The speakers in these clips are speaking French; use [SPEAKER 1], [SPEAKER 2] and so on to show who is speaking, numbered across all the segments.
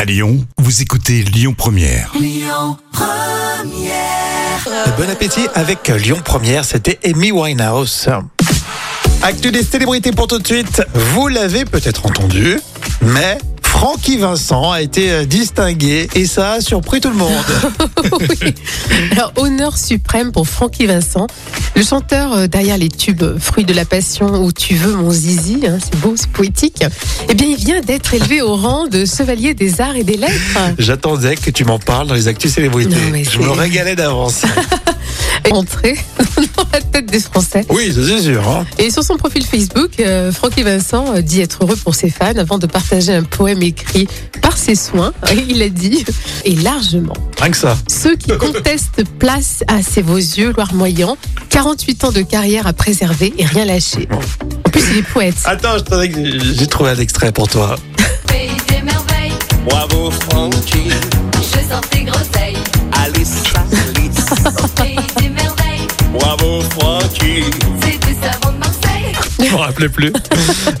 [SPEAKER 1] À Lyon, vous écoutez Lyon Première.
[SPEAKER 2] Bon appétit avec Lyon Première, c'était Amy Winehouse. Actu des célébrités pour tout de suite. Vous l'avez peut-être entendu, mais Francky Vincent a été euh, distingué et ça a surpris tout le monde.
[SPEAKER 3] Oui. Alors, honneur suprême pour Francky Vincent, le chanteur euh, derrière les tubes euh, Fruits de la Passion ou Tu veux mon zizi, hein, c'est beau, c'est poétique. Eh bien, il vient d'être élevé au rang de chevalier des arts et des lettres.
[SPEAKER 2] J'attendais que tu m'en parles dans les actus célébrités.
[SPEAKER 3] Non, mais
[SPEAKER 2] Je me
[SPEAKER 3] c'est-
[SPEAKER 2] régalais d'avance.
[SPEAKER 3] Entré dans la tête des Français.
[SPEAKER 2] oui, ça, c'est sûr. hein.
[SPEAKER 3] Et sur son profil Facebook, euh, Francky Vincent euh, dit être heureux pour ses fans avant de partager un poème écrit par ses soins. Il a dit, et largement.
[SPEAKER 2] Rien que ça.
[SPEAKER 3] Ceux qui contestent place à C'est vos yeux, Loire-Moyen. 48 ans de carrière à préserver et rien lâcher. En plus, il est poète.
[SPEAKER 2] Attends, je t'en ai- j'ai trouvé un extrait pour toi.
[SPEAKER 4] Pays des merveilles,
[SPEAKER 5] Bravo Francky,
[SPEAKER 4] je sors tes groseilles.
[SPEAKER 5] Alice, Alice.
[SPEAKER 4] Pays des merveilles,
[SPEAKER 5] Bravo Francky.
[SPEAKER 4] c'est des savants de Marseille.
[SPEAKER 2] Je m'en rappelais plus.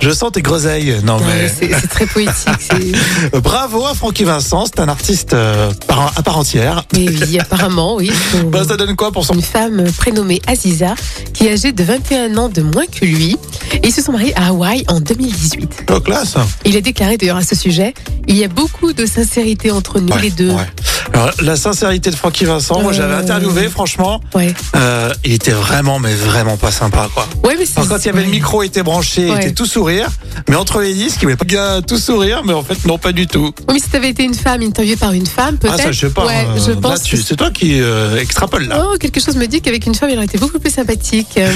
[SPEAKER 2] je sens tes groseilles. Non,
[SPEAKER 3] Non, mais
[SPEAKER 2] mais.
[SPEAKER 3] C'est c'est très poétique. c'est-
[SPEAKER 2] Bravo à Francky Vincent, c'est un artiste euh, par- à part entière.
[SPEAKER 3] Mais oui, apparemment, oui. Son-
[SPEAKER 2] Bah, ça donne quoi pour son
[SPEAKER 3] Une femme prénommée Aziza, qui est âgée de 21 ans de moins que lui. Et ils se sont mariés à Hawaï en 2018.
[SPEAKER 2] Oh, classe
[SPEAKER 3] Il a déclaré d'ailleurs à ce sujet Il y a beaucoup de sincérité entre nous
[SPEAKER 2] Ouais,
[SPEAKER 3] les deux.
[SPEAKER 2] ouais. Alors, la sincérité de Francky Vincent, moi j'avais
[SPEAKER 3] Euh.
[SPEAKER 2] interviewé, franchement,
[SPEAKER 3] Ouais.
[SPEAKER 2] euh, il était vraiment, mais vraiment pas sympa, quoi.
[SPEAKER 3] Ouais, mais c'est.
[SPEAKER 2] Alors, quand il y avait le micro, il était branché, il
[SPEAKER 3] Ouais.
[SPEAKER 2] était tout sourire, mais entre les disques, il voulait pas bien tout sourire, mais en fait, non, pas du tout.
[SPEAKER 3] Oui, mais si t'avais été une femme interviewée par une femme, peut-être.
[SPEAKER 2] Ah, ça, je sais pas.
[SPEAKER 3] Ouais,
[SPEAKER 2] euh,
[SPEAKER 3] je
[SPEAKER 2] là,
[SPEAKER 3] pense.
[SPEAKER 2] tu-
[SPEAKER 3] que-
[SPEAKER 2] c'est toi qui euh, extrapole, là.
[SPEAKER 3] Oh, quelque chose me dit qu'avec une femme, il aurait été beaucoup plus sympathique. Euh,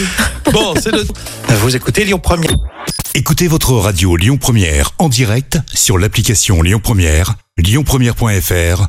[SPEAKER 2] Bon, c'est le. Vous écoutez Lyon Première.
[SPEAKER 1] Écoutez votre radio Lyon Première en direct sur l'application Lyon Première, lyonpremière.fr